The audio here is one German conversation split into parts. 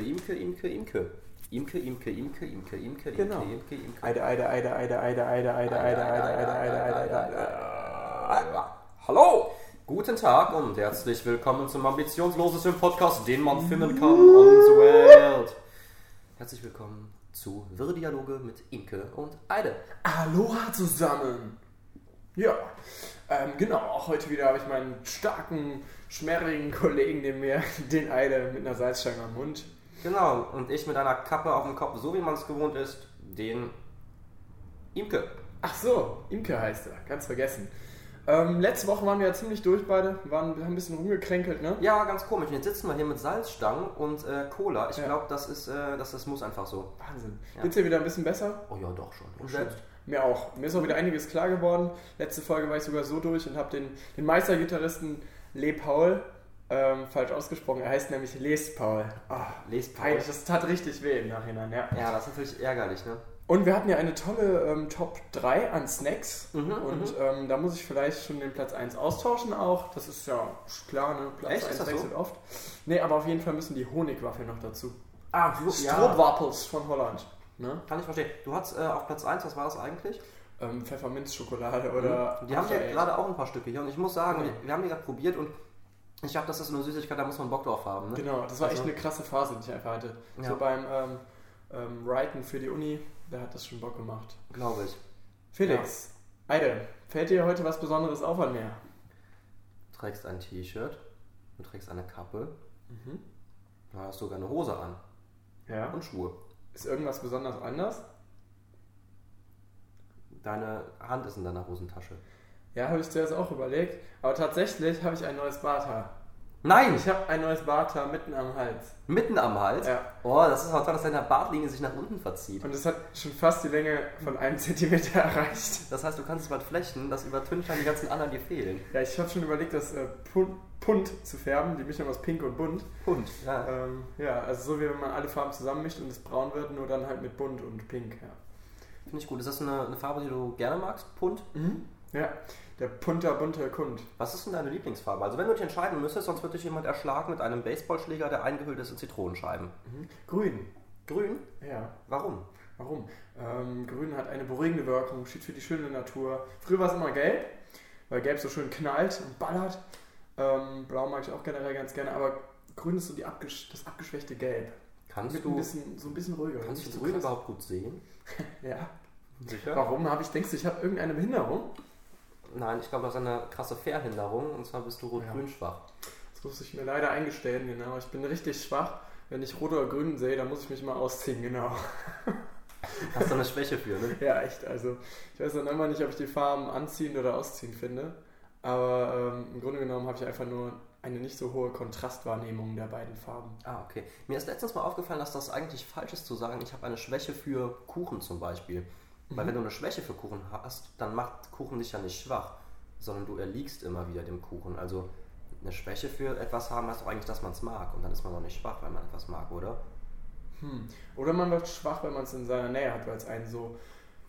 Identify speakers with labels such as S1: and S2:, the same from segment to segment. S1: Imke, Imke, Imke. Imke, Imke, Imke, Imke, Imke, Imke,
S2: Genau.
S1: Imke, Imke.
S2: Eide, Eide, Eide, Eide, Eide, Eide, Eide, Eide, Eide, Eide, Eide, Eide, Eide, Eide.
S1: Hallo! Ah, Guten Tag und herzlich willkommen zum ambitionslosesten Podcast, den man finden kann on the world. Herzlich willkommen zu Wirre Dialoge mit Imke und Eide.
S2: Aloha zusammen! Ja, ähm, genau, auch heute wieder habe ich meinen starken, schmerrigen Kollegen neben mir, den Eide, mit einer Salzstange am Mund.
S1: Genau, und ich mit einer Kappe auf dem Kopf, so wie man es gewohnt ist, den Imke.
S2: Ach so, Imke heißt er, ganz vergessen. Ähm, letzte Woche waren wir ja ziemlich durch beide, waren haben ein bisschen rumgekränkelt, ne?
S1: Ja, ganz komisch. Und jetzt sitzen wir hier mit Salzstangen und äh, Cola. Ich
S2: Ja.
S1: glaube, das ist, äh, das, das muss einfach so.
S2: Wahnsinn.
S1: Ja.
S2: Geht's dir wieder ein bisschen besser?
S1: Oh ja, doch schon. Und
S2: Mir auch. Mir ist auch wieder einiges klar geworden. Letzte Folge war ich sogar so durch und habe den, den Meistergitarristen Le Paul ähm, falsch ausgesprochen. Er heißt nämlich Les Paul. Ah,
S1: Lest
S2: peinlich. Das tat richtig weh im Nachhinein, ja.
S1: Ja, das ist natürlich ärgerlich, ne?
S2: Und wir hatten ja eine tolle ähm, Top 3 an Snacks.
S1: Mhm,
S2: und ähm, da muss ich vielleicht schon den Platz 1 austauschen auch. Das ist ja klar, ne? Platz
S1: Echt? Ist
S2: 1
S1: das so?
S2: wechselt oft. Nee, aber auf jeden Fall müssen die Honigwaffeln noch dazu.
S1: Ah, ja.
S2: Strohwappels von Holland. Ne?
S1: Kann ich verstehen. Du hattest äh, auf Platz 1, was war das eigentlich? Hm?
S2: Ähm, Pfefferminzschokolade oder...
S1: Mhm. Die haben ja
S2: After Eight.
S1: gerade auch ein paar Stücke hier und ich muss sagen,
S2: Mhm.
S1: wir, wir haben die gerade probiert und ich glaube, das ist eine Süßigkeit, da muss man Bock drauf haben, ne?
S2: Genau, das war echt
S1: Also-
S2: eine krasse Phase, die ich einfach hatte.
S1: Ja.
S2: So beim ähm, ähm, Writen für die Uni, da hat das schon Bock gemacht.
S1: Glaube ich.
S2: Felix, Eide, fällt dir heute was Besonderes auf an mir?
S1: Du trägst ein T-Shirt, du trägst eine Kappe,
S2: Mhm.
S1: du hast sogar eine Hose an
S2: Ja.
S1: und Schuhe.
S2: Ist irgendwas besonders anders?
S1: Deine Hand ist in deiner Hosentasche.
S2: Ja, habe ich dir das auch überlegt. Aber tatsächlich habe ich ein neues Barthaar.
S1: Nein!
S2: Ich habe ein neues Barthaar mitten am Hals.
S1: Mitten am Hals?
S2: Ja.
S1: Oh, das ist aber toll, dass deine Bartlinie sich nach unten verzieht.
S2: Und es hat schon fast die Länge von einem Zentimeter erreicht.
S1: Das heißt, du kannst es bald flechten, das übertüncht dann die ganzen anderen, die fehlen.
S2: Ja, ich habe schon überlegt, das äh, Pun- Punt zu färben. Die Mischung aus Pink und Bunt.
S1: Und? Ja.
S2: Ähm, ja, also so wie wenn man alle Farben zusammenmischt und es braun wird, nur dann halt mit bunt und pink. Ja,
S1: Finde ich gut. Ist das eine, eine Farbe, die du gerne magst? Punt?
S2: ja der punter, bunte Kund.
S1: Was ist denn deine Lieblingsfarbe? Also wenn du dich entscheiden müsstest, sonst wird dich jemand erschlagen mit einem Baseballschläger, der eingehüllt ist in Zitronenscheiben.
S2: Grün.
S1: Mhm. Grün?
S2: Ja,
S1: Warum?
S2: warum? Ähm, grün hat eine beruhigende Wirkung, steht für die schöne Natur. Früher war es immer gelb, weil gelb so schön knallt und ballert. Ähm, Blau mag ich auch generell ganz gerne, aber grün ist so die abgesch das abgeschwächte Gelb.
S1: Kannst
S2: Mit ein
S1: du,
S2: bisschen, so ein bisschen ruhiger.
S1: kannst
S2: Nicht
S1: du
S2: so
S1: Grün
S2: krass.
S1: überhaupt gut sehen?
S2: Ja.
S1: Sicher?
S2: Warum habe ich, denkst du, ich habe irgendeine Behinderung?
S1: Nein, ich glaube, das ist eine krasse Verhinderung und zwar bist du rot-grün schwach.
S2: Das muss ich mir leider eingestehen, genau. Ich bin richtig schwach. Wenn ich rot oder grün sehe, dann muss ich mich mal ausziehen, genau.
S1: Hast du eine Schwäche für, ne?
S2: Ja, echt. Also, ich weiß dann immer nicht, ob ich die Farben anziehend oder ausziehend finde. Aber ähm, im Grunde genommen habe ich einfach nur eine nicht so hohe Kontrastwahrnehmung der beiden Farben.
S1: Ah, okay. Mir ist letztens mal aufgefallen, dass das eigentlich falsch ist zu sagen, ich habe eine Schwäche für Kuchen zum Beispiel. Weil wenn du eine Schwäche für Kuchen hast, dann macht Kuchen dich ja nicht schwach, sondern du erliegst immer wieder dem Kuchen. Also eine Schwäche für etwas haben heißt doch eigentlich, dass man es mag. Und dann ist man doch nicht schwach, weil man etwas mag, oder?
S2: Hm. Oder man wird schwach, wenn man es in seiner Nähe hat, weil es einen so,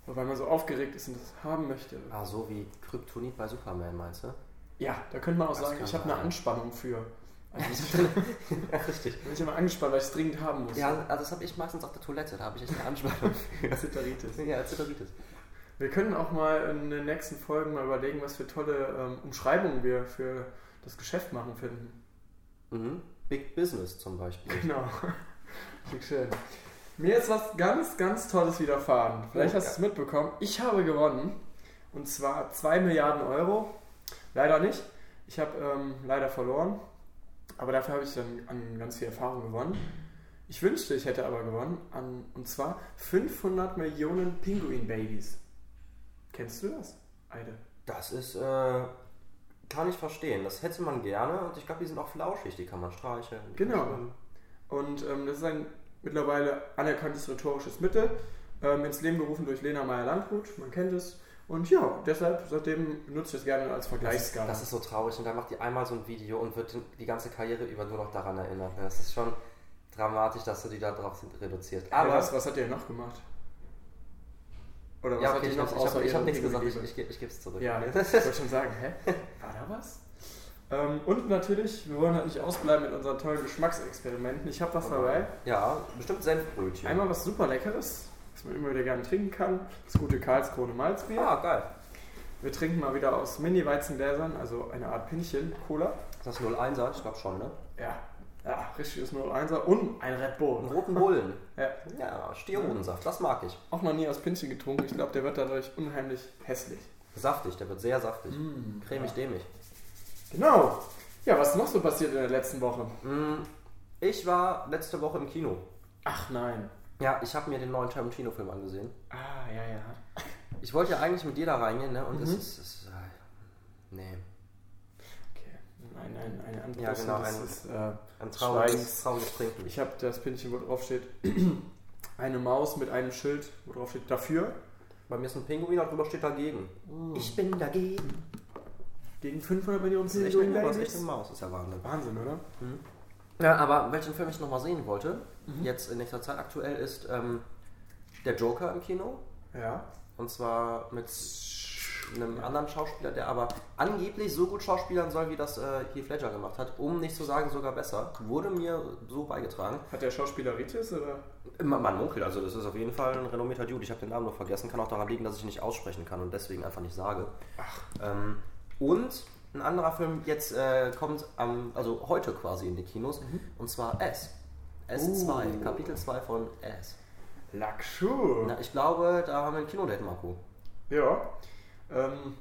S2: weil man so aufgeregt ist und das haben möchte.
S1: Ah, so wie Kryptonit bei Superman, meinst du?
S2: Ja, da könnte man auch
S1: Das
S2: sagen,
S1: kann
S2: ich habe eine
S1: sein.
S2: Anspannung für. Also,
S1: ja, richtig.
S2: ich bin immer angespannt, weil ich es dringend haben muss.
S1: Ja, also das habe ich meistens auf der Toilette, da habe ich echt eine Anspannung.
S2: Zittaritis.
S1: ja, Zitteritis.
S2: Wir können auch mal in den nächsten Folgen mal überlegen, was für tolle ähm, Umschreibungen wir für das Geschäft machen finden.
S1: Mhm. Big Business zum Beispiel.
S2: Genau. Klingt schön. Mir ist was ganz, ganz Tolles widerfahren. Vielleicht
S1: Oh,
S2: hast du es mitbekommen. Ich habe gewonnen. Und zwar 2 Milliarden Euro. Leider nicht. Ich habe ähm, leider verloren. Aber dafür habe ich dann an ganz viel Erfahrung gewonnen. Ich wünschte, ich hätte aber gewonnen. An, und zwar 500 Millionen Pinguin-Babys. Kennst du das? Eide.
S1: Das ist, äh, kann ich verstehen. Das hätte man gerne und ich glaube, die sind auch flauschig, die kann man streicheln. die kann
S2: Genau.
S1: schwimmen.
S2: Und ähm, das ist ein mittlerweile anerkanntes rhetorisches Mittel, ähm, ins Leben gerufen durch Lena Meyer-Landrut, man kennt es. Und ja, deshalb, seitdem nutze ich es gerne
S1: Das,
S2: als Vergleichsskala.
S1: das ist so traurig und dann macht die einmal so ein Video und wird die ganze Karriere über nur noch daran erinnert. ne? Das ist schon dramatisch, dass du die da drauf reduziert.
S2: Aber
S1: Aber,
S2: was, was hat ihr noch gemacht? Oder was
S1: ja,
S2: hat
S1: okay,
S2: ihr
S1: ich,
S2: noch
S1: hab- ich habe
S2: außer
S1: ich hab
S2: ihren
S1: nichts gesagt, ich,
S2: Pinguinen
S1: ich, ge- ich gebe es zurück.
S2: gegeben? Ja, ich wollte schon sagen, hä? War da was? Ähm, und natürlich, wir wollen halt nicht ausbleiben mit unseren tollen Geschmacksexperimenten. Ich habe was dabei.
S1: Oh, Ja, bestimmt Senfbrötchen.
S2: Einmal was super Leckeres, was man immer wieder gerne trinken kann. Das gute Karlskrone Malzbier.
S1: Ah, geil.
S2: Wir trinken mal wieder aus Mini-Weizengläsern, also eine Art Pinchen Cola.
S1: Ist das 01er? Ich glaube schon, ne?
S2: Ja, ja richtiges 01er und ein Red Bull.
S1: Einen roten Bullen.
S2: Ja.
S1: Ja, Stierhodensaft, das mag ich.
S2: Auch noch nie aus Pinchen getrunken. Ich glaube, der wird dadurch unheimlich hässlich.
S1: Saftig, der wird sehr saftig.
S2: Mm.
S1: Cremig, dämig.
S2: Genau. Ja, was ist noch so passiert in der letzten Woche?
S1: Mm, Ich war letzte Woche im Kino.
S2: Ach nein.
S1: Ja, ich habe mir den neuen Tarantino-Film angesehen.
S2: Ah, ja, ja.
S1: Ich wollte ja eigentlich mit dir da reingehen, ne? Und es ist. Es ist äh, nee.
S2: Okay. Ein, ein, ein
S1: Ja,
S2: anderes
S1: genau,
S2: das
S1: ein-
S2: ist, äh,
S1: Ein trauriges,
S2: Schweigens.
S1: trauriges Trinken.
S2: Ich habe das Pinchen, wo drauf steht, eine Maus mit einem Schild, wo drauf steht, dafür,
S1: Bei mir ist ein Pinguin und drüber steht dagegen. Ich bin dagegen.
S2: gegen 500 Millionen
S1: Das ist echt eine, das ist echt eine
S2: Babies.
S1: Maus, das ist ja Wahnsinn.
S2: Wahnsinn, oder?
S1: Ja, aber welchen Film ich nochmal sehen wollte, jetzt in nächster Zeit aktuell, ist ähm, Der Joker im Kino.
S2: Ja.
S1: Und zwar mit einem anderen Schauspieler, der aber angeblich so gut schauspielern soll, wie das äh, Heath Ledger gemacht hat. Um nicht zu sagen, sogar besser. Wurde mir so beigetragen.
S2: Hat der Schauspieler Ritis, oder?
S1: Mein mein Onkel, also das ist auf jeden Fall ein renommierter Dude. Ich habe den Namen nur vergessen. Kann auch daran liegen, dass ich ihn nicht aussprechen kann und deswegen einfach nicht sage. Ähm, und ein anderer Film jetzt äh, kommt am, also heute quasi in die Kinos, und zwar S. S2,
S2: Uh.
S1: Kapitel 2 von S.
S2: Lakshu.
S1: Na, ich glaube, da haben wir ein Kinodate, Marco.
S2: Ja. Ähm,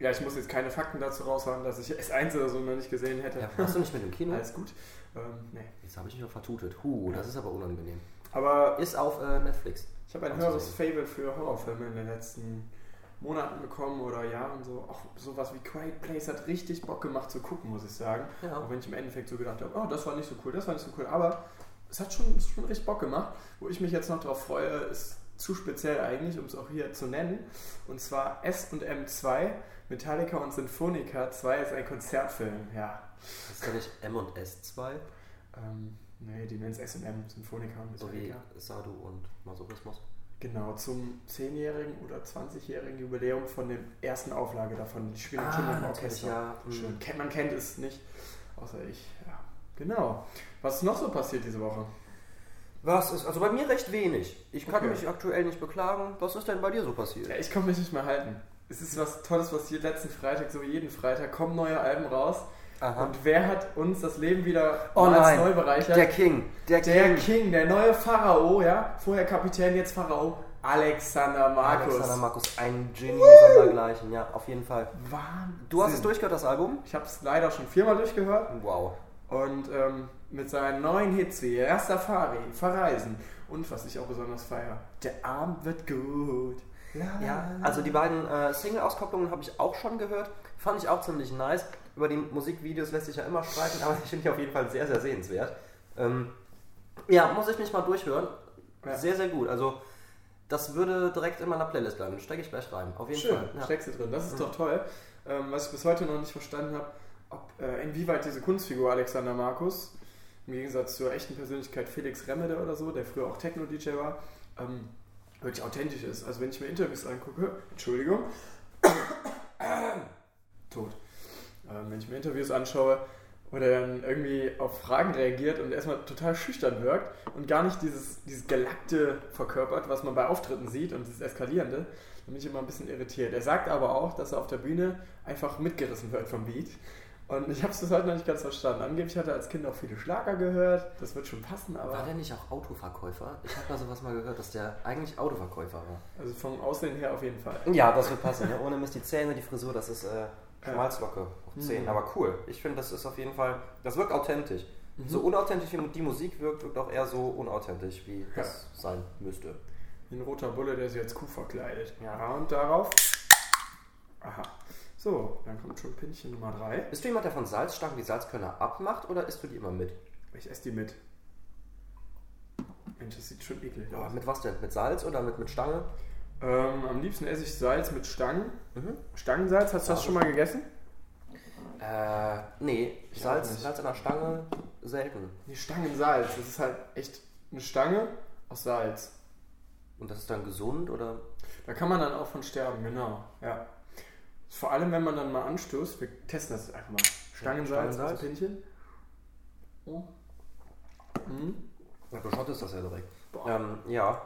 S2: ja, ich muss jetzt keine Fakten dazu raushauen, dass ich S1 oder so noch nicht gesehen hätte.
S1: Ja, warst du nicht mit im Kino?
S2: Alles gut. Ähm, nee.
S1: Jetzt habe ich mich noch vertutet. Huh, das ist aber unangenehm.
S2: Aber
S1: Ist auf äh, Netflix.
S2: ich habe ein
S1: Kannst du
S2: höheres Fable für Horrorfilme in den letzten Monaten bekommen oder Jahren so. Auch sowas wie Quiet Place hat richtig Bock gemacht zu gucken, muss ich sagen. Auch
S1: Ja.
S2: wenn ich im Endeffekt so gedacht habe, oh, das war nicht so cool, das war nicht so cool. Aber es hat schon, es hat schon richtig Bock gemacht. Wo ich mich jetzt noch drauf freue, ist zu speziell eigentlich, um es auch hier zu nennen. Und zwar S und M2, Metallica und Sinfonica 2 ist ein Konzertfilm, ja.
S1: Ist da nicht M und S2?
S2: Ähm, nee, die nennen es S und M, Sinfonica und
S1: So wie
S2: Metallica.
S1: Sadu und Masochismus.
S2: Genau, zum 10-jährigen oder 20-jährigen Jubiläum von der ersten Auflage davon. Die
S1: Ah,
S2: spielen schon im
S1: natürlich,
S2: Orchester.
S1: ja. Hm.
S2: Schön. Kennt- Man kennt es nicht, außer ich. Ja. Genau. Was ist noch so passiert diese Woche?
S1: Was ist, also bei mir recht wenig. Ich kann
S2: Okay.
S1: mich aktuell nicht beklagen. Was ist denn bei dir so
S2: Ja,
S1: passiert?
S2: ich komme mich nicht mehr halten. Es ist was Tolles passiert letzten Freitag, so wie jeden Freitag, kommen neue Alben raus.
S1: Aha.
S2: Und wer hat uns das Leben wieder
S1: Oh
S2: als
S1: nein,
S2: neu bereichert?
S1: der King, der,
S2: Der
S1: King.
S2: King, der neue Pharao, ja? Vorher Kapitän, jetzt Pharao. Alexander Markus.
S1: Alexander Markus, ein Genie sondergleichen, ja, auf jeden Fall.
S2: Wahnsinn.
S1: Du hast es durchgehört, das Album?
S2: Ich habe es leider schon viermal durchgehört.
S1: Wow.
S2: Und ähm, mit seinen neuen Hits wie Rastafari, Verreisen und was ich auch besonders feiere, der Abend wird gut. La,
S1: Ja,
S2: la, la.
S1: also die beiden äh, Single-Auskopplungen habe ich auch schon gehört. Fand ich auch ziemlich nice. Über die Musikvideos lässt sich ja immer streiten, aber ich finde die auf jeden Fall sehr, sehr sehenswert. Ähm, ja, muss ich mich mal durchhören.
S2: Ja.
S1: Sehr, sehr gut. Also, das würde direkt in meiner Playlist landen. Stecke ich gleich rein. Auf jeden
S2: Schön,
S1: Fall. Ja. Mhm.
S2: steckst du drin. Das ist doch toll. Ähm, was ich bis heute noch nicht verstanden habe, ob, äh, inwieweit diese Kunstfigur Alexander Markus, im Gegensatz zur echten Persönlichkeit Felix Remmede oder so, der früher auch Techno-DJ war, ähm, wirklich authentisch ist. Also wenn ich mir Interviews angucke, Entschuldigung, tot. Ähm, wenn ich mir Interviews anschaue oder dann irgendwie auf Fragen reagiert und erstmal total schüchtern wirkt und gar nicht dieses, dieses Gelackte verkörpert, was man bei Auftritten sieht und dieses Eskalierende, da bin ich immer ein bisschen irritiert. Er sagt aber auch, dass er auf der Bühne einfach mitgerissen wird vom Beat. Und ich habe es bis heute noch nicht ganz verstanden. Angeblich hat er als Kind auch viele Schlager gehört. Das wird schon passen, aber...
S1: War der nicht auch Autoverkäufer? Ich habe da sowas mal gehört, dass der eigentlich Autoverkäufer war.
S2: Also vom Aussehen her auf jeden Fall.
S1: Ja, das wird passen. Ne? Ohne Mist, die Zähne, die Frisur, das ist äh, Schmalzlocke auf 10. Aber cool. Ich finde, das ist auf jeden Fall, das wirkt authentisch. So unauthentisch wie die Musik wirkt, wirkt auch eher so unauthentisch, wie das sein müsste.
S2: Wie ein roter Bulle, der sich als Kuh verkleidet.
S1: Ja.
S2: und darauf. Aha. So, dann kommt schon Pinchen Nummer 3.
S1: Bist du jemand, der von Salzstangen die Salzkörner abmacht oder isst du die immer mit?
S2: Ich esse die mit. Mensch, das sieht schon eklig
S1: Ja,
S2: aus.
S1: mit was denn? Mit Salz oder mit, mit Stange?
S2: Ähm, am liebsten esse ich Salz mit Stangen.
S1: Mhm.
S2: Stangensalz, hast du das
S1: Ja.
S2: schon mal gegessen?
S1: Äh, nee,
S2: Ich auch
S1: Salz,
S2: nicht.
S1: Salz an der Stange selten.
S2: Nee, Stangensalz. Das ist halt echt eine Stange aus Salz.
S1: Und das ist dann gesund oder
S2: Da kann man dann auch von sterben, genau. Ja. Vor allem, wenn man dann mal anstößt, wir testen das jetzt einfach mal. Stangensalz,
S1: Stangensalz.
S2: also Pinchen. Oh. Mhm.
S1: Ja, du schottest das ja direkt.
S2: Boah.
S1: Ähm, ja,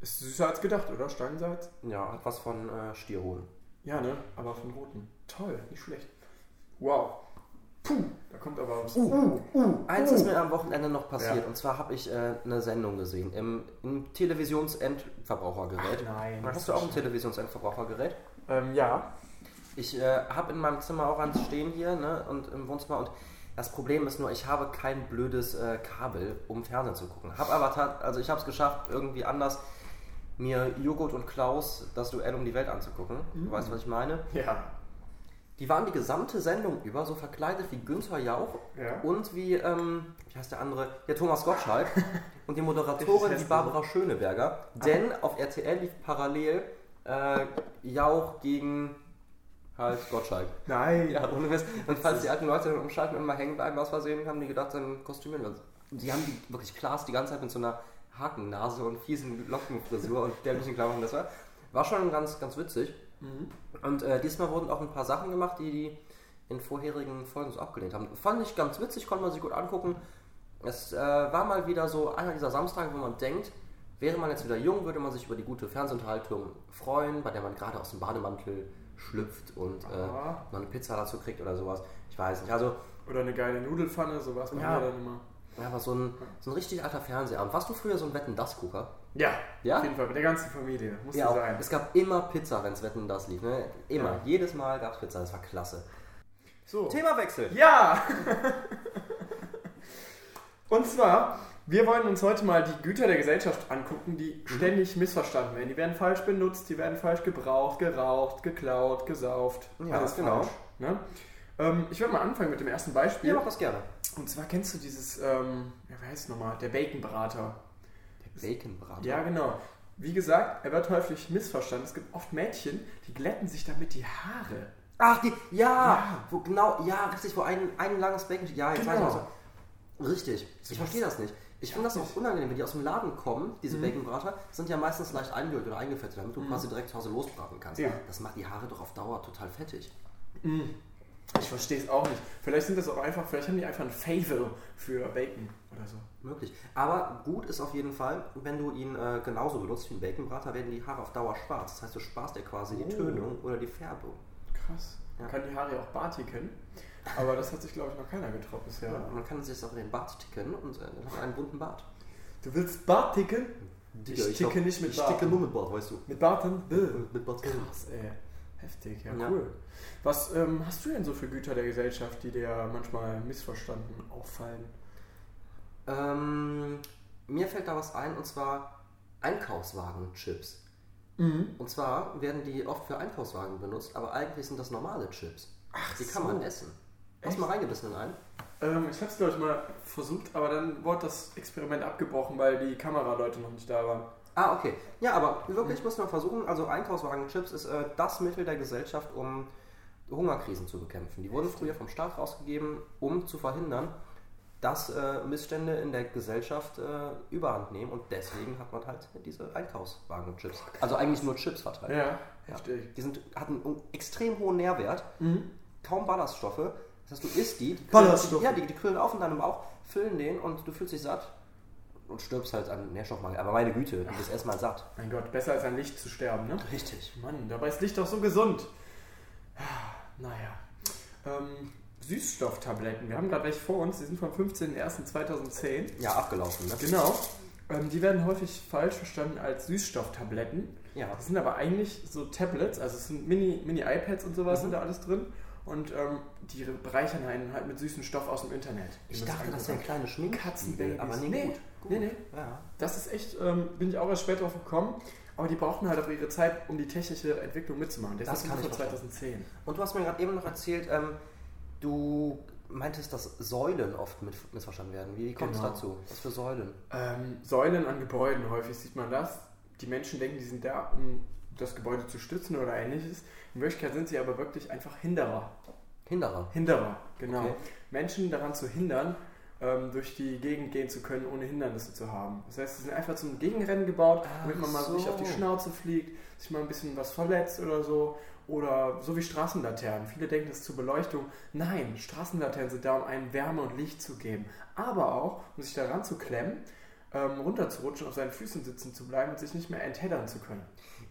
S2: Ist süßer als gedacht, oder? Stangensalz?
S1: ja, hat was von äh, Stierhoden.
S2: Ja, ne? Aber von roten. Toll, nicht schlecht. Wow. Puh, da kommt aber was.
S1: uh, eins ist mir am Wochenende noch passiert.
S2: Ja.
S1: Und zwar habe ich äh, eine Sendung gesehen im, im Televisionsendverbrauchergerät.
S2: Ach nein, das
S1: Hast
S2: ist
S1: du auch ein
S2: schlimm.
S1: Televisionsendverbrauchergerät?
S2: Ähm, ja.
S1: Ich äh, habe in meinem Zimmer auch eins stehen hier ne, und im Wohnzimmer und das Problem ist nur, ich habe kein blödes äh, Kabel, um Fernsehen zu gucken. Hab aber tat, also ich habe es geschafft, irgendwie anders mir Joghurt und Klaus das Duell um die Welt anzugucken. Du weißt, was ich meine?
S2: Ja.
S1: Die waren die gesamte Sendung über so verkleidet wie Günther Jauch
S2: Ja.
S1: und wie, ähm, wie heißt der andere? Ja, Thomas Gottschalk. und die
S2: Richtig ne?
S1: Moderatorin, die
S2: hässlich.
S1: Barbara Schöneberger. Denn auf RTL lief parallel äh, Jauch gegen halt Gottschalk.
S2: Nein.
S1: Ja, ohne Mist. Und falls die alten Leute dann umschalten und mal hängen bleiben, aus Versehen, haben die gedacht, dann kostümieren wir uns. Die haben die wirklich Klaas die ganze Zeit mit so einer Hakennase und fiesen Lockenfrisur und dämlichen Klamotten. Das war, war schon ganz, ganz witzig. Und äh, diesmal wurden auch ein paar Sachen gemacht, die die in vorherigen Folgen so abgelehnt haben. Fand ich ganz witzig, konnte man sich gut angucken. Es äh, war mal wieder so einer dieser Samstage, wo man denkt, wäre man jetzt wieder jung, würde man sich über die gute Fernsehunterhaltung freuen, bei der man gerade aus dem Bademantel schlüpft und äh,
S2: Aha.
S1: noch eine Pizza dazu kriegt oder sowas. Ich weiß nicht. Also,
S2: Oder eine geile Nudelfanne, sowas machen
S1: Ja.
S2: wir dann immer.
S1: ja, aber so ein, so ein richtig alter Fernsehabend. Warst du früher so ein Wetten-Das-Gucker?
S2: Ja.
S1: Ja?
S2: Auf jeden Fall, mit der ganzen Familie. Muss ja,
S1: auch.
S2: sein.
S1: Es gab immer Pizza, wenn es Wetten-Das lief. Ne? Immer.
S2: Ja.
S1: Jedes Mal gab es Pizza. Das war klasse.
S2: So.
S1: Themawechsel.
S2: Ja! Und zwar, wir wollen uns heute mal die Güter der Gesellschaft angucken,
S1: Mhm.
S2: die ständig missverstanden werden. Die werden falsch benutzt, die werden falsch gebraucht, geraucht, geklaut, gesauft.
S1: Ja, genau.
S2: falsch, ne? ähm, ich würde mal anfangen mit dem ersten Beispiel.
S1: Ja, mach das gerne.
S2: Und zwar kennst du dieses, ähm, ja, wie heißt es nochmal? Der Baconbrater.
S1: Baconbraten.
S2: Ja, genau. Wie gesagt, er wird häufig missverstanden. Es gibt oft Mädchen, die glätten sich damit die Haare.
S1: Ach, die, ja,
S2: Ja.
S1: Wo genau, ja, richtig, wo ein, ein langes Becken steht. Ja, jetzt
S2: Genau.
S1: weiß ich was. Richtig. Ich verstehe das nicht. Ich finde das auch unangenehm, wenn die aus dem Laden kommen, diese
S2: Mhm.
S1: Baconbrater, sind ja meistens leicht eingelötet oder eingefettet, damit du quasi direkt zu Hause losbraten kannst.
S2: Ja.
S1: Das macht die Haare doch auf Dauer total fettig.
S2: Ich verstehe es auch nicht. Vielleicht sind das auch einfach, vielleicht haben die einfach ein Favor für Bacon oder so.
S1: Möglich. Aber gut ist auf jeden Fall, wenn du ihn äh, genauso benutzt wie einen Baconbrater, werden die Haare auf Dauer schwarz. Das heißt, du sparst dir quasi die
S2: Oh.
S1: Tönung oder die Färbung.
S2: Krass. Man kann die Haare ja auch bartiken. Aber das hat sich, glaube ich, noch keiner getraut bisher.
S1: Ja. Man kann sich jetzt auch in den Bart ticken und äh, dann hat man einen bunten Bart.
S2: Du willst bartiken?
S1: Digga,
S2: ich ticke
S1: glaub,
S2: nicht mit
S1: Ich
S2: Bart.
S1: ticke nur mit Bart, weißt du.
S2: Mit Barten? Bäh.
S1: Mit Bart.
S2: Krass, ey. Heftig, ja,
S1: Ja.
S2: cool. Was ähm, hast du denn so für Güter der Gesellschaft, die dir manchmal missverstanden auffallen?
S1: Ähm, mir fällt da was ein und zwar Einkaufswagen-Chips.
S2: Mhm.
S1: Und zwar werden die oft für Einkaufswagen benutzt, aber eigentlich sind das normale Chips. Ach, die kann
S2: so.
S1: man essen. Hast
S2: Echt?
S1: du mal reingebissen in einen?
S2: Ähm, ich hab's, glaube ich, mal versucht, aber dann wurde das Experiment abgebrochen, weil die Kameraleute noch nicht da waren.
S1: Ah, okay. Ja, aber wirklich muss man versuchen. Also Einkaufswagen-Chips ist äh, das Mittel der Gesellschaft, um Hungerkrisen zu bekämpfen. Die wurden früher vom Staat rausgegeben, um zu verhindern, dass äh, Missstände in der Gesellschaft äh, überhand nehmen. Und deswegen hat man halt diese Einkaufswagen-Chips. Also eigentlich nur Chips verteilt.
S2: Ja,
S1: Ja.
S2: heftig.
S1: Die sind, hatten einen extrem hohen Nährwert, kaum Ballaststoffe. Das heißt, du isst die. die
S2: Mhm. Ballaststoffe.
S1: Ja, die, die kühlen auf in deinem Bauch, füllen den und du fühlst dich satt und stirbst halt an Nährstoffmangel. Aber meine Güte, du bist erstmal satt.
S2: Mein Gott, besser als an Licht zu sterben, ne?
S1: Richtig.
S2: Mann, dabei ist Licht doch so gesund. Ah, Naja. Ähm, Süßstofftabletten. Wir haben gerade welche vor uns. Die sind vom 15.01.2010.
S1: Ja, abgelaufen, ne?
S2: Genau. Ähm, die werden häufig falsch verstanden als Süßstofftabletten.
S1: Ja.
S2: Das sind aber eigentlich so Tablets. Also es sind Mini- Mini-iPads und
S1: Mhm.
S2: sowas sind da alles drin. Und ähm, die bereichern einen halt mit süßem Stoff aus dem Internet.
S1: Ich dachte, das wären kleine Schminkkatzenbabys.
S2: Katzenbabys.
S1: Aber nee,
S2: Nee.
S1: gut. gut.
S2: Nee, nee.
S1: Ja.
S2: Das ist echt, ähm, bin ich auch erst später drauf gekommen. Aber die brauchten halt auch ihre Zeit, um die technische Entwicklung mitzumachen. Deshalb
S1: Das
S2: sind
S1: kann
S2: die
S1: ich
S2: von
S1: verstehen.
S2: 2010.
S1: Und du hast mir gerade eben noch erzählt, ähm, du meintest, dass Säulen oft mit, missverstanden werden. Wie kommt es
S2: Genau.
S1: dazu? Was für Säulen?
S2: Ähm, Säulen an Gebäuden, häufig sieht man das. Die Menschen denken, die sind da, um das Gebäude zu stützen oder ähnliches. In Wirklichkeit sind sie aber wirklich einfach Hinderer.
S1: Hinderer.
S2: Hinderer, genau.
S1: Okay.
S2: Menschen daran zu hindern, ähm, durch die Gegend gehen zu können, ohne Hindernisse zu haben. Das heißt, sie sind einfach zum Gegenrennen gebaut, damit man mal
S1: Ach so.
S2: nicht auf die Schnauze fliegt, sich mal ein bisschen was verletzt oder so. Oder so wie Straßenlaternen. Viele denken das ist zur Beleuchtung. Nein, Straßenlaternen sind da, um einem Wärme und Licht zu geben. Aber auch, um sich daran zu klemmen, ähm, runterzurutschen, auf seinen Füßen sitzen zu bleiben und sich nicht mehr entheddern zu können.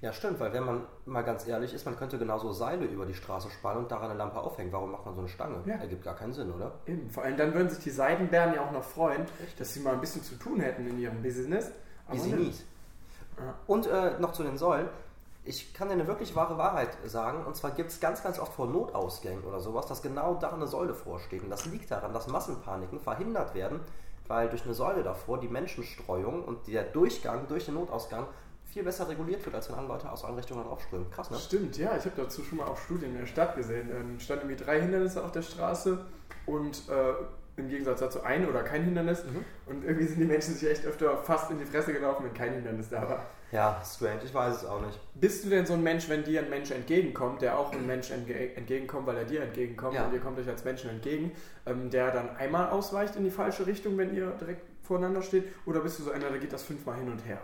S1: Ja, stimmt, weil wenn man mal ganz ehrlich ist, man könnte genauso Seile über die Straße spannen und daran eine Lampe aufhängen. Warum macht man so eine Stange?
S2: Ja.
S1: Ergibt gar keinen Sinn, oder?
S2: Eben, vor allem dann würden sich die Seidenbären ja auch noch freuen, dass sie mal ein bisschen zu tun hätten in ihrem Business.
S1: Wie sie
S2: ne?
S1: mies.
S2: Ja.
S1: Und äh, noch zu den Säulen. Ich kann dir eine wirklich wahre Wahrheit sagen. Und zwar gibt es ganz, ganz oft vor Notausgängen oder sowas, dass genau da eine Säule vorsteht. Und das liegt daran, dass Massenpaniken verhindert werden, weil durch eine Säule davor die Menschenstreuung und der Durchgang durch den Notausgang viel besser reguliert wird, als wenn alle Leute aus allen Richtungen draufströmen. Krass, ne?
S2: Stimmt, ja, ich habe dazu schon mal auch Studien in der Stadt gesehen. Ähm, standen irgendwie drei Hindernisse auf der Straße und äh, im Gegensatz dazu ein oder kein Hindernis.
S1: Mhm.
S2: Und irgendwie sind die Menschen sich echt öfter fast in die Fresse gelaufen, wenn kein Hindernis da war.
S1: Ja, strange. Ich weiß es auch nicht.
S2: Bist du denn so ein Mensch, wenn dir ein Mensch entgegenkommt, der auch einem Menschen entge entgegenkommt, weil er dir entgegenkommt
S1: Ja.
S2: und ihr kommt euch als Menschen entgegen, ähm, der dann einmal ausweicht in die falsche Richtung, wenn ihr direkt voreinander steht? Oder bist du so einer, der geht das fünfmal hin und her?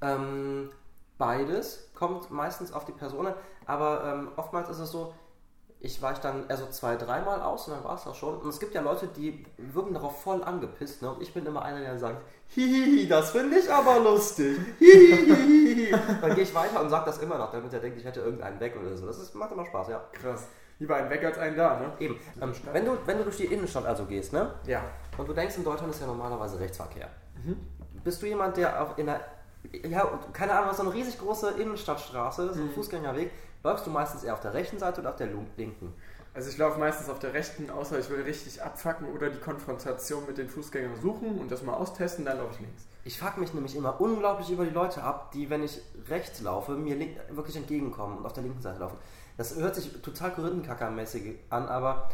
S1: Ähm, beides kommt meistens auf die Person an, aber ähm, oftmals ist es so, ich weiche dann eher so zwei, dreimal aus und dann war es das schon. Und es gibt ja Leute, die wirken darauf voll angepisst. Ne? Und ich bin immer einer, der sagt, hihihi, das finde ich aber lustig. Hihihihi. dann gehe ich weiter und sage das immer noch, damit er denkt, ich hätte irgendeinen weg oder so. Das ist, macht immer Spaß, ja.
S2: Krass. Lieber ein weg als ein da, ne?
S1: Eben. Ähm, wenn, du, wenn du durch die Innenstadt also gehst, ne?
S2: Ja.
S1: Und du denkst, in Deutschland ist ja normalerweise Rechtsverkehr. Bist du jemand, der auch in einer, ja, und keine Ahnung, was so eine riesig große Innenstadtstraße, so ein Fußgängerweg, läufst du meistens eher auf der rechten Seite oder auf der lu- linken?
S2: Also ich laufe meistens auf der rechten, außer ich will richtig abfacken oder die Konfrontation mit den Fußgängern suchen und das mal austesten, dann laufe ich links.
S1: Ich frage mich nämlich immer unglaublich über die Leute ab, die, wenn ich rechts laufe, mir link- wirklich entgegenkommen und auf der linken Seite laufen. Das hört sich total Korinthenkackermäßig an, aber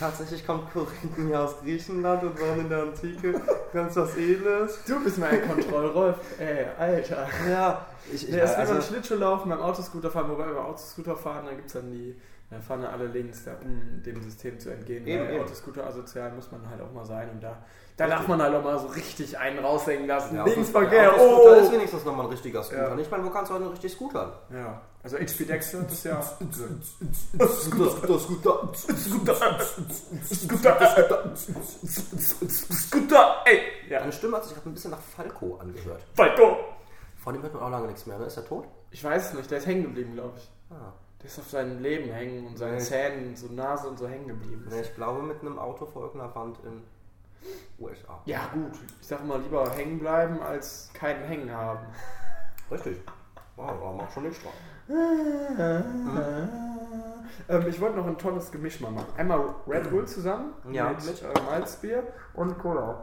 S1: tatsächlich kommt Korinthen ja aus Griechenland und waren in der Antike ganz was Edles.
S2: Du bist mein Kontrollrolf. Ey, Alter.
S1: Ja, ich, ich
S2: Ja, erst will
S1: also-
S2: man Schlittschuh laufen, beim Autoscooter fahren, wobei beim Autoscooter fahren, dann gibt es dann die, dann fahren dann alle links, da, um dem System zu entgehen.
S1: Eben,
S2: Weil
S1: eben.
S2: Autoscooter asozial muss man halt auch mal sein und da, da darf man halt auch mal so richtig einen raushängen lassen.
S1: Ja,
S2: Linksverkehr,
S1: auf dem Scooter
S2: oh!
S1: ist wenigstens nochmal ein richtiger Scooter.
S2: Ja.
S1: Ich meine, wo kannst du heute noch richtig scootern?
S2: Ja, also HP Dexter hat das ja.
S1: Scooter, Scooter, Scooter.
S2: Scooter, Scooter, ey! Ja,
S1: Deine Stimme hat sich gerade ein bisschen nach Falco angehört.
S2: Falco!
S1: Von dem hört man auch lange nichts mehr, ne? Ist er tot?
S2: Ich weiß es nicht, der ist hängen geblieben, glaube ich.
S1: Ah.
S2: Der ist auf seinem Leben hängen und seinen
S1: Nee.
S2: Zähnen, und so Nase und so hängen geblieben.
S1: Ne, ich glaube, mit einem Auto vor irgendeiner Wand in USA.
S2: Ja, gut. Ich sag mal, lieber hängen bleiben, als keinen Hängen haben.
S1: Richtig. Wow, da macht schon nichts drauf. Mhm.
S2: Ähm, ich wollte noch ein tolles Gemisch mal machen. Einmal Red Bull zusammen
S1: Ja.
S2: mit, mit äh, Malzbier und Cola.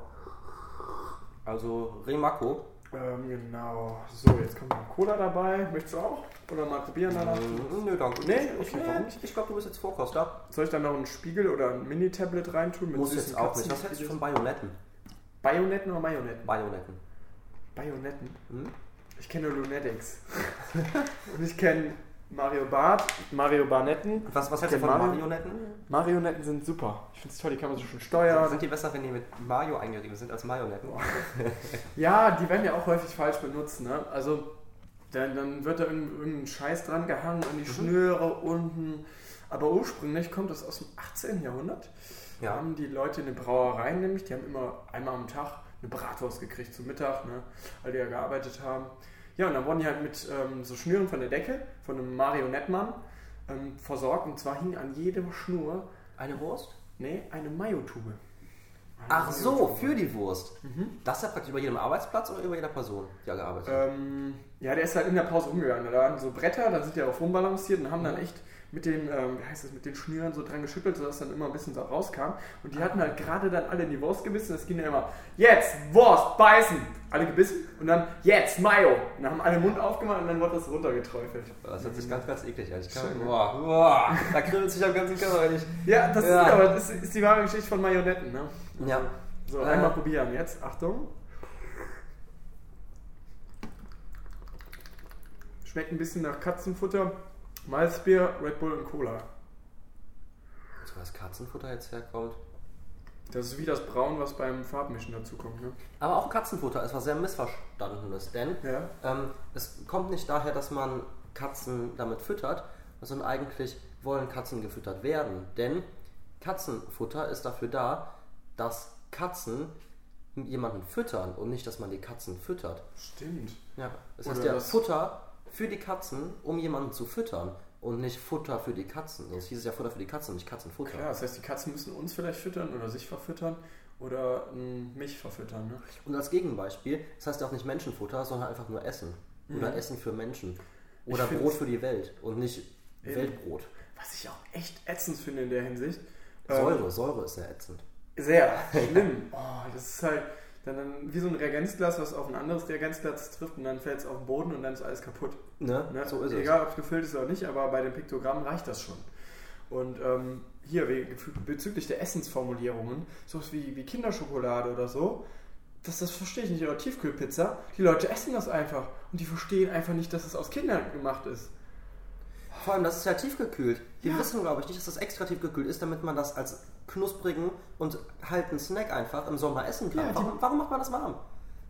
S1: Also, Remaco.
S2: Ähm, genau. So, jetzt kommt noch Cola dabei. Möchtest du auch? Oder mal probieren danach?
S1: Mm, Nö, danke.
S2: Nee,
S1: ich,
S2: okay.
S1: warum nicht? Ich glaube, du bist jetzt Vorkoster.
S2: Soll ich dann noch einen Spiegel oder ein Mini-Tablet reintun?
S1: Muss jetzt auch
S2: Katzen-
S1: nicht. Was hältst du von Bayonetten?
S2: Bayonetten oder Mayonetten?
S1: Bayonetten.
S2: Bayonetten?
S1: Hm?
S2: Ich kenne Lunatics. und ich kenne Mario Bart, Mario Barnetten.
S1: Was, was hältst du
S2: Den
S1: von
S2: Mario-
S1: Marionetten?
S2: Marionetten sind super. Ich finde es toll, die kann man so schön
S1: Sind
S2: steuern.
S1: die besser, wenn die mit Mario eingerieben sind, als Marionetten?
S2: Ja, die werden ja auch häufig falsch benutzt, ne? Also, dann, dann wird da irgend- irgendein Scheiß dran gehangen an die
S1: Mhm.
S2: Schnüre unten. Aber ursprünglich kommt das aus dem 18. Jahrhundert. Da
S1: Ja.
S2: haben die Leute in den Brauereien nämlich, die haben immer einmal am Tag eine Bratwurst gekriegt zum Mittag, ne? All die ja gearbeitet haben. Ja, und dann wurden die halt mit ähm, so Schnüren von der Decke, von einem Marionettmann, ähm, versorgt. Und zwar hing an jeder Schnur,
S1: Eine Wurst?
S2: ne, eine Mayotube. Eine
S1: Ach so, Mhm.
S2: Mayotube.
S1: für die Wurst. Das ist ja praktisch über jedem Arbeitsplatz oder über jeder Person, die da gearbeitet hat.
S2: Ähm, ja, der ist halt in der Pause rumgegangen. Da waren so Bretter, da sind die darauf rumbalanciert und haben dann echt mit den, ähm, wie heißt das, mit den Schnüren so dran geschüttelt, sodass dann immer ein bisschen da rauskam. Und die hatten halt gerade dann alle in die Wurst gebissen. Das ging dann immer, jetzt Wurst beißen! Alle gebissen und dann, jetzt Mayo! Und dann haben alle den Mund aufgemacht und dann wurde das runtergeträufelt.
S1: Das hört sich ganz, ganz eklig an. Ich kann,
S2: Schön.
S1: boah, boah, da kribbelt sich am ganzen Körper, wenn ich.
S2: Ja, das
S1: Ja.
S2: ist aber das ist die wahre Geschichte von Marionetten, ne?
S1: Ja.
S2: So,
S1: Äh.
S2: einmal probieren jetzt. Achtung. Schmeckt ein bisschen nach Katzenfutter, Malzbier, Red Bull und Cola.
S1: Also, was Katzenfutter jetzt herkommt.
S2: Das ist wie das Braun, was beim Farbmischen dazukommt. Ne?
S1: Aber auch Katzenfutter ist was sehr Missverstandenes, denn
S2: Ja.
S1: ähm, es kommt nicht daher, dass man Katzen damit füttert, sondern eigentlich wollen Katzen gefüttert werden. Denn Katzenfutter ist dafür da, dass Katzen jemanden füttern und nicht, dass man die Katzen füttert.
S2: Stimmt.
S1: Ja, es
S2: Oder
S1: heißt ja
S2: das-
S1: Futter für die Katzen, um jemanden zu füttern und nicht Futter für die Katzen. Sonst hieß es ja Futter für die Katzen, nicht Katzenfutter.
S2: Klar, das heißt, die Katzen müssen uns vielleicht füttern oder sich verfüttern oder mm, mich verfüttern. Ne?
S1: Und als Gegenbeispiel, das heißt ja auch nicht Menschenfutter, sondern einfach nur Essen. Oder
S2: Mhm.
S1: Essen für Menschen.
S2: Ich
S1: Oder
S2: find's-
S1: Brot für die Welt und nicht
S2: Eben.
S1: Weltbrot.
S2: Was ich auch echt ätzend finde in der Hinsicht. ähm,
S1: Säure, Säure ist ja ätzend.
S2: Sehr schlimm. Oh, das ist halt dann, dann wie so ein Reagenzglas, was auf ein anderes Reagenzglas trifft und dann fällt es auf den Boden und dann ist alles kaputt.
S1: Ne?
S2: Ne?
S1: So ist es.
S2: Egal, ob es gefüllt ist oder nicht, aber bei dem Piktogramm reicht das schon. Und ähm, hier wie- bezüglich der Essensformulierungen, sowas wie, wie Kinderschokolade oder so, das, das verstehe ich nicht. Oder Tiefkühlpizza, die Leute essen das einfach und die verstehen einfach nicht, dass es aus Kindern gemacht ist.
S1: Vor allem, das ist ja tiefgekühlt. Die
S2: Ja.
S1: wissen, glaube ich, nicht, dass das extra tiefgekühlt ist, damit man das als knusprigen und halten Snack einfach im Sommer essen kann.
S2: Ja, die-
S1: warum, warum macht man das warm?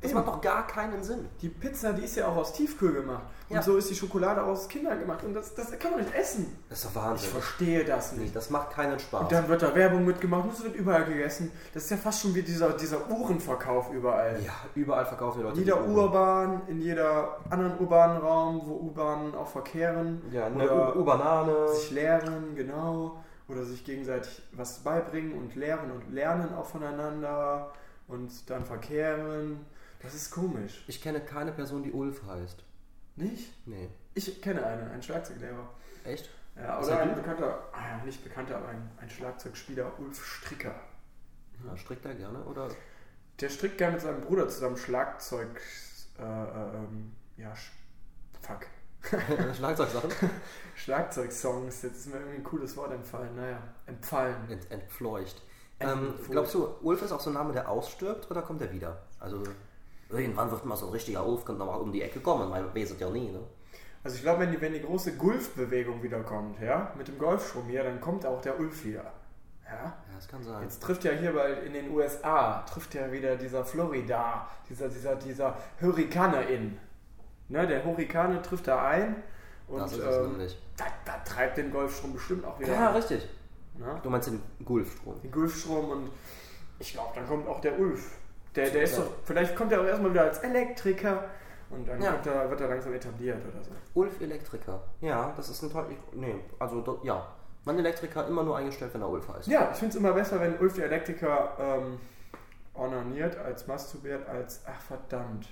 S1: Das
S2: Eben.
S1: macht doch gar keinen Sinn.
S2: Die Pizza, die ist ja auch aus Tiefkühl gemacht. Und
S1: Ja.
S2: so ist die Schokolade auch aus Kindern gemacht. Und das, das kann man nicht essen.
S1: Das ist doch
S2: Ich
S1: Wahnsinn.
S2: verstehe das nicht.
S1: Das macht keinen Spaß.
S2: Und dann wird da Werbung mitgemacht und es wird überall gegessen. Das ist ja fast schon wie dieser, dieser Uhrenverkauf überall.
S1: ja, überall verkaufen die Leute.
S2: In jeder
S1: die-
S2: U-Bahn, in jeder anderen urbanen Raum, wo U-Bahnen auch verkehren
S1: Ja,
S2: oder
S1: eine U- U-Banane.
S2: sich lehren, genau, oder sich gegenseitig was beibringen und lehren und lernen auch voneinander und dann verkehren. Das ist komisch,
S1: Ich kenne keine Person, die Ulf heißt.
S2: nicht?
S1: Nee.
S2: Ich kenne einen, einen Schlagzeuglehrer.
S1: Echt?
S2: Ja,
S1: Ist
S2: oder
S1: er
S2: ein
S1: gut?
S2: bekannter, ah ja, nicht bekannter, aber ein, ein Schlagzeugspieler, Ulf Stricker.
S1: Ja, strickt er gerne oder?
S2: Der strickt gerne mit seinem Bruder zusammen Schlagzeug. Äh, äh, ähm, ja, sch fuck.
S1: Schlagzeugsachen?
S2: Schlagzeugsongs. Jetzt ist mir irgendwie ein cooles Wort entfallen. Naja, entfallen.
S1: Ent, entfleucht. Ähm,
S2: Entfleucht.
S1: glaubst du, Ulf ist auch so ein Name, der ausstirbt oder kommt er wieder? Also, irgendwann wird mal so ein richtiger Ulf, könnte nochmal um die Ecke kommen, weil wir sind ja nie, ne?
S2: Also ich glaube, wenn die, wenn die große Gulf-Bewegung wiederkommt, ja, mit dem Golfstrom hier, dann kommt auch der Ulf wieder. Ja.
S1: Ja, das kann sein.
S2: Jetzt trifft ja hier bald in den USA, trifft ja wieder dieser Florida, dieser, dieser, dieser Hurrikaner in. Ne, der Hurrikane trifft da ein und
S1: das ist es
S2: ähm,
S1: nämlich.
S2: da, da treibt den Golfstrom bestimmt auch wieder.
S1: Ja,
S2: an,
S1: richtig.
S2: ne?
S1: Du meinst den Gulfstrom.
S2: den Gulfstrom und ich glaube, dann kommt auch der Ulf. Der, der ist
S1: Ja.
S2: doch, vielleicht kommt er auch erstmal wieder als Elektriker und dann
S1: Ja.
S2: wird, er, wird er langsam etabliert oder so.
S1: Ulf Elektriker. Ja, das ist ein toll. ich- Nee, also, do- ja. Mein Elektriker immer nur eingestellt, wenn er Ulf heißt.
S2: Ja, ich finde es immer besser, wenn Ulf der Elektriker ähm, ornaniert als masturbiert, als ach verdammt.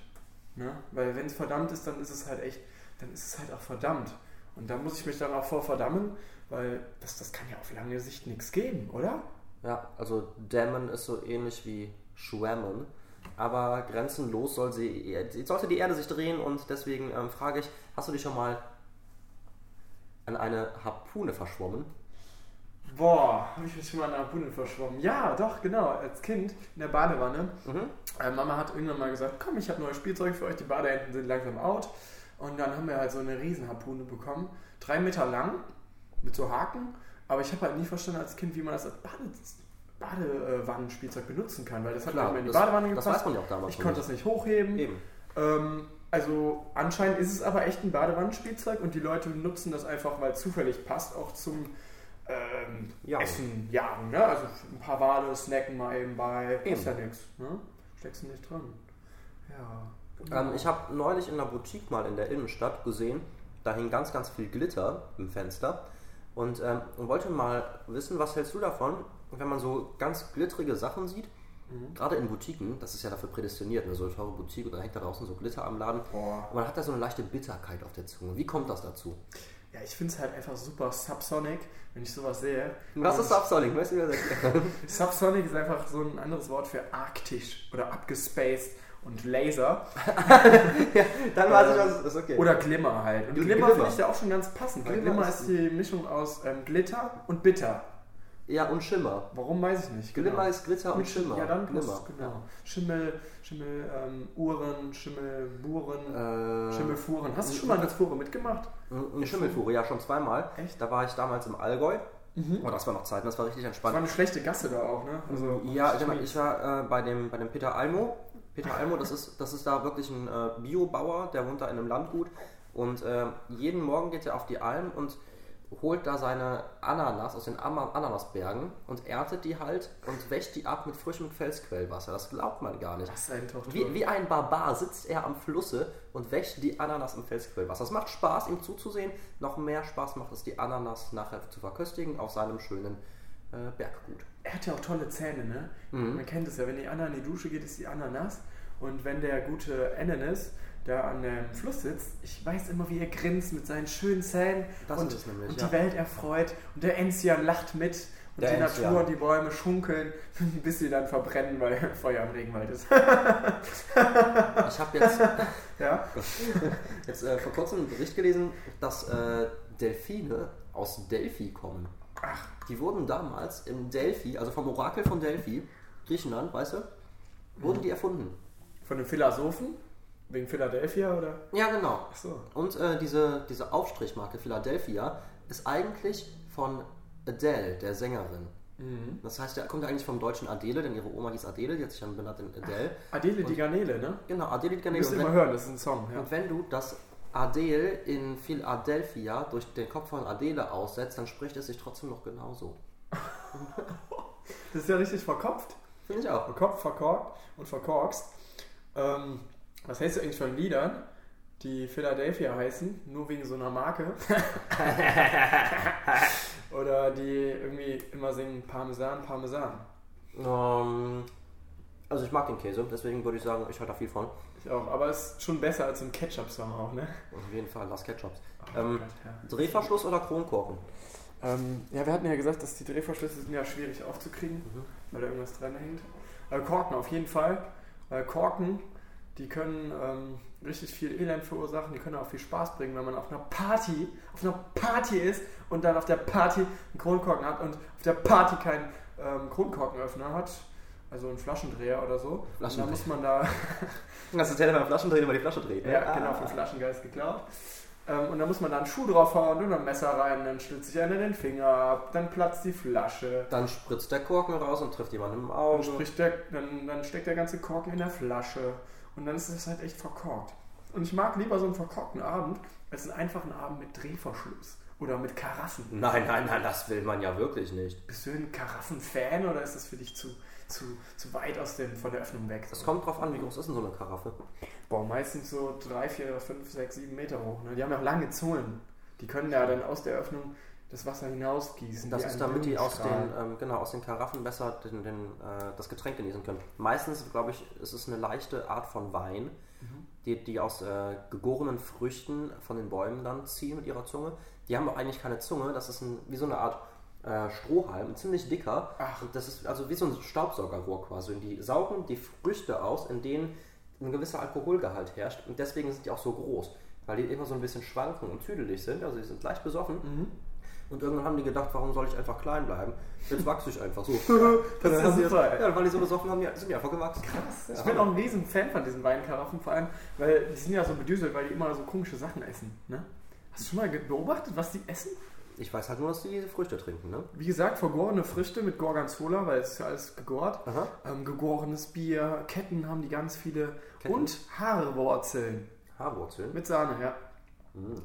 S2: Ne? Weil wenn es verdammt ist, dann ist es halt echt, dann ist es halt auch verdammt. Und da muss ich mich dann auch vor verdammen, weil das, das kann ja auf lange Sicht nichts geben, oder?
S1: Ja, also dämmen ist so ähnlich wie schwemmen. Aber grenzenlos soll sie, sollte die Erde sich drehen und deswegen ähm, frage ich, hast du dich schon mal an eine Harpune verschwommen?
S2: Boah, habe ich mich schon mal in einer Bunde verschwommen. Ja, doch, genau, als Kind in der Badewanne.
S1: Mhm.
S2: Äh, Mama hat irgendwann mal gesagt, komm, ich habe neues Spielzeug für euch, die Badeenten sind langsam out. Und dann haben wir halt so eine Riesenharpune bekommen, drei Meter lang, mit so Haken. Aber ich habe halt nie verstanden als Kind, wie man das als Bade Badewannenspielzeug benutzen kann, weil das hat
S1: Klar,
S2: halt immer in die
S1: das-
S2: Badewanne
S1: das
S2: gepasst.
S1: weiß man ja auch damals
S2: Ich
S1: noch
S2: konnte das nicht hochheben.
S1: Eben.
S2: Ähm, also anscheinend ist es aber echt ein Badewannenspielzeug und die Leute nutzen das einfach, weil es zufällig passt, auch zum ähm,
S1: Jagen.
S2: Essen jagen. Ne? Also ein paar Wale snacken mal eben bei.
S1: Eben.
S2: Ist ja nichts. Ne? Steckst du nicht dran. Ja.
S1: Ähm, ich habe neulich in einer Boutique mal in der Innenstadt gesehen, da hing ganz, ganz viel Glitter im Fenster und ähm, und wollte mal wissen, was hältst du davon, wenn man so ganz glitterige Sachen sieht? Gerade in Boutiquen, das ist ja dafür prädestiniert, ne? so eine teure Boutique und dann hängt da draußen so Glitter am Laden.
S2: Boah.
S1: Und man hat da so eine leichte Bitterkeit auf der Zunge. Wie kommt das dazu?
S2: ja, ich finde es halt einfach super subsonic, wenn ich sowas sehe.
S1: Was ist
S2: Und
S1: Upselling? Weißt du, wie das erklärt?
S2: Subsonic ist einfach so ein anderes Wort für arktisch oder abgespaced und Laser.
S1: Dann weiß ich, was es ist. Okay.
S2: Oder Glimmer halt. Und
S1: Glimmer
S2: Glimmer, finde
S1: war-
S2: ich ja auch schon ganz passend, weil
S1: Glimmer
S2: Glimmer,
S1: ist-
S2: ist die Mischung aus ähm, Glitter und Bitter.
S1: ja, und Schimmer.
S2: Warum weiß ich nicht.
S1: Glimmer
S2: genau.
S1: ist Glitter und Schimmer.
S2: Ja, dann
S1: Glimmer.
S2: Glimmer. Genau. Schimmel, Schimmel, ähm, Uhren, Schimmel, Buren,
S1: Äh,
S2: Schimmelfuhren. Hast du schon mal eine Fuhre mitgemacht?
S1: Eine Schimmelfuhre, ja, schon zweimal.
S2: Echt?
S1: Da war ich damals im Allgäu Oh, das war noch Zeit, das war richtig
S2: Das war
S1: entspannt.
S2: eine schlechte Gasse da auch, ne? Also,
S1: Ja, genau. Ich war äh, bei, dem, bei dem Peter Almo. Peter Almo, das ist, das ist da wirklich ein äh, Biobauer, der wohnt da in einem Landgut. Und äh, jeden Morgen geht er auf die Alm und holt da seine Ananas aus den Ama- Ananasbergen und erntet die halt und wäscht die ab mit frischem Felsquellwasser. Das glaubt man gar nicht.
S2: Was ein Tortur.
S1: Wie, wie ein Barbar sitzt er am Flusse und wäscht die Ananas im Felsquellwasser. Es macht Spaß, ihm zuzusehen. Noch mehr Spaß macht es, die Ananas nachher zu verköstigen auf seinem schönen äh, Berggut.
S2: Er hat ja auch tolle Zähne, ne?
S1: Mhm.
S2: Man kennt es ja, wenn die Anna in die Dusche geht, ist die Ananas. Und wenn der gute Ananas da an dem Fluss sitzt, ich weiß immer, wie er grinst mit seinen schönen Zähnen
S1: Das
S2: und,
S1: ist es nämlich,
S2: und
S1: ja.
S2: die Welt erfreut. Und der Enzian lacht mit und
S1: Der
S2: die
S1: Enzian.
S2: Natur und die Bäume schunkeln, bis sie dann verbrennen, weil Feuer im Regenwald ist.
S1: Ich habe jetzt,
S2: ja?
S1: jetzt äh, vor kurzem einen Bericht gelesen, dass äh, Delfine aus Delphi kommen. Ach. Die wurden damals im Delphi, also vom Orakel von Delphi, Griechenland, weißt du, wurden die erfunden.
S2: Von dem Philosophen? Wegen Philadelphia oder?
S1: Ja, genau.
S2: Achso.
S1: Und äh, diese, diese Aufstrichmarke Philadelphia ist eigentlich von Adele, der Sängerin.
S2: Mhm.
S1: Das heißt, der kommt eigentlich vom deutschen Adele, denn ihre Oma hieß Adele, die hat sich dann benannt in Adele.
S2: Adele die Garnele, ne?
S1: Genau, Adele die Garnele.
S2: Müsst
S1: Und
S2: ihr mal
S1: wenn,
S2: hören, das ist ein Song. Ja.
S1: und wenn du das Adele in Philadelphia durch den Kopf von Adele aussetzt, dann spricht es sich trotzdem noch genauso.
S2: Das ist ja richtig verkopft.
S1: Finde ich auch.
S2: Kopf verkorkt und verkorkst. Ähm, was hältst du eigentlich von Liedern, die Philadelphia heißen, nur wegen so einer Marke? Oder die irgendwie immer singen Parmesan, Parmesan.
S1: Ähm, also ich mag den Käse, deswegen würde ich sagen, ich halte da viel von.
S2: Ich auch, aber ist schon besser als im Ketchup-Song auch, ne?
S1: Auf jeden Fall, Last Ketchups.
S2: Oh
S1: Ähm,
S2: Gott, ja.
S1: Drehverschluss oder Kronkorken?
S2: Ähm, ja, wir hatten ja gesagt, dass die Drehverschlüsse sind ja schwierig aufzukriegen, weil da irgendwas dran hängt. Äh, Korken auf jeden Fall. Äh, Korken, die können ähm, richtig viel Elend verursachen, die können auch viel Spaß bringen, wenn man auf einer Party, auf einer Party ist und dann auf der Party einen Kronkorken hat und auf der Party keinen ähm, Kronkorkenöffner hat, also einen Flaschendreher oder so. Und dann
S1: Flaschendreher.
S2: muss man da
S1: Das ist ja beim Flaschendrehen, über die Flasche dreht. ne?
S2: ja, genau, vom Flaschengeist geklaut. Ähm, und da muss man da einen Schuh draufhauen und ein Messer rein, dann schlitzt sich einer den Finger ab, dann platzt die Flasche.
S1: Dann spritzt der Korken raus und trifft jemanden im
S2: Dann,
S1: Auge.
S2: spricht der, dann, dann steckt der ganze Korken in der Flasche. Und dann ist das halt echt verkorkt. Und ich mag lieber so einen verkorkten Abend, als einen einfachen Abend mit Drehverschluss. Oder mit Karaffen.
S1: Nein, nein, nein, das will man ja wirklich nicht.
S2: Bist du ein Karaffen-Fan oder ist das für dich zu, zu, zu weit aus dem, von der Öffnung weg?
S1: Es kommt drauf an, wie groß ist denn so eine Karaffe?
S2: Boah, meistens so 3, 4, 5, 6, 7 Meter hoch. Ne? Die haben ja auch lange Zungen. Die können ja dann aus der Öffnung das Wasser hinausgießen.
S1: Das
S2: wie
S1: ist,
S2: ein
S1: damit die aus den,
S2: Blumenstrahl.
S1: ähm, genau, aus den Karaffen besser den, den, äh, das Getränk genießen können. Meistens, glaube ich, ist es eine leichte Art von Wein, die, die aus äh, gegorenen Früchten von den Bäumen dann ziehen mit ihrer Zunge. Die haben auch eigentlich keine Zunge, das ist ein, wie so eine Art äh, Strohhalm, ein ziemlich dicker.
S2: Ach.
S1: Und das ist also wie so ein Staubsaugerrohr quasi. Und die saugen die Früchte aus, in denen ein gewisser Alkoholgehalt herrscht. Und deswegen sind die auch so groß, weil die immer so ein bisschen schwanken und tüdelig sind. Also die sind leicht besoffen. Und irgendwann haben die gedacht, warum soll ich einfach klein bleiben? Jetzt wachse ich einfach so.
S2: Das ist ja super, ey.
S1: Ja, weil die so besoffen haben, die sind die einfach gewachsen.
S2: Krass, ja. Ich bin auch ein riesen Fan von diesen Weinkaraffen, vor allem, weil die sind ja so bedüselt, weil die immer so komische Sachen essen. Ne? Hast du schon mal ge- beobachtet, was die essen?
S1: Ich weiß halt nur, dass die diese Früchte trinken, ne?
S2: Wie gesagt, vergorene Früchte mit Gorgonzola, weil es ist ja alles gegort.
S1: Aha.
S2: Ähm, gegorenes Bier, Ketten haben die ganz viele.
S1: Ketten?
S2: Und Haarwurzeln.
S1: Haarwurzeln.
S2: Mit Sahne, ja.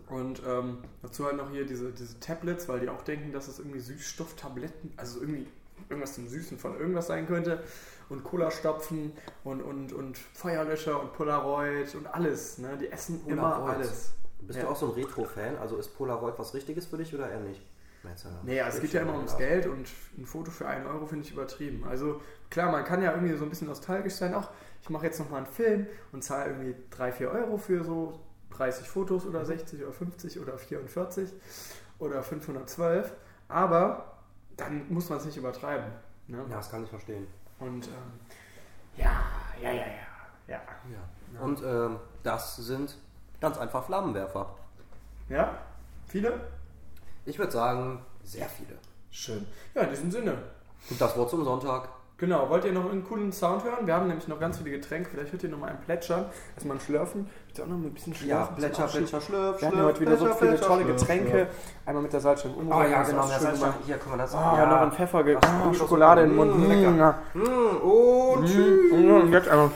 S2: Und ähm, dazu halt noch hier diese, diese Tablets, weil die auch denken, dass es irgendwie Süßstofftabletten, also irgendwie irgendwas zum Süßen von irgendwas sein könnte. Und Cola-Stopfen und, und, und Feuerlöscher und Polaroid und alles. Ne? Die essen immer
S1: Polaroid.
S2: alles.
S1: Bist
S2: Ja.
S1: du auch so ein Retro-Fan? Also ist Polaroid was Richtiges für dich oder eher nicht? Jetzt, äh,
S2: Nee, also es geht ja immer ums
S1: auf.
S2: Geld und ein Foto für einen Euro finde ich übertrieben. Also klar, man kann ja irgendwie so ein bisschen nostalgisch sein. Ach, ich mache jetzt nochmal einen Film und zahle irgendwie 3, 4 Euro für so 30 Fotos oder 60 oder 50 oder 44 oder 512. Aber dann muss man es nicht übertreiben. Ne?
S1: Ja, das kann ich verstehen.
S2: Und ähm, ja, ja, ja, ja, ja.
S1: Ja. Und ähm, das sind ganz einfach Flammenwerfer.
S2: Ja? Viele?
S1: Ich würde sagen, sehr viele.
S2: Schön. Ja, in diesem Sinne.
S1: Und das Wort zum Sonntag.
S2: Genau, wollt ihr noch einen coolen Sound hören? Wir haben nämlich noch ganz viele Getränke. Vielleicht hört ihr noch mal einen Plätschern. Erstmal ein Schlürfen. Bitte auch noch mal ein bisschen
S1: Ja,
S2: schlürfen.
S1: Plätscher,
S2: zum Abschied.
S1: Plätscher, Schlürf,
S2: Wir hatten ja heute wieder so
S1: Plätscher,
S2: viele
S1: Plätscher,
S2: tolle
S1: Schlürf,
S2: Getränke.
S1: Schlürf.
S2: Einmal mit der Salzstange umrühren.
S1: Oh ja,
S2: das ist
S1: genau,
S2: auch
S1: der
S2: schön
S1: Salzstange.
S2: gemacht.
S1: Hier, guck mal, das
S2: Oh, noch ein Pfeffer,
S1: Ach,
S2: ah, Schokolade in den Mund.
S1: Mm, lecker.
S2: Mmh.
S1: Mm, und tschüss.
S2: Mmh. Und jetzt einmal.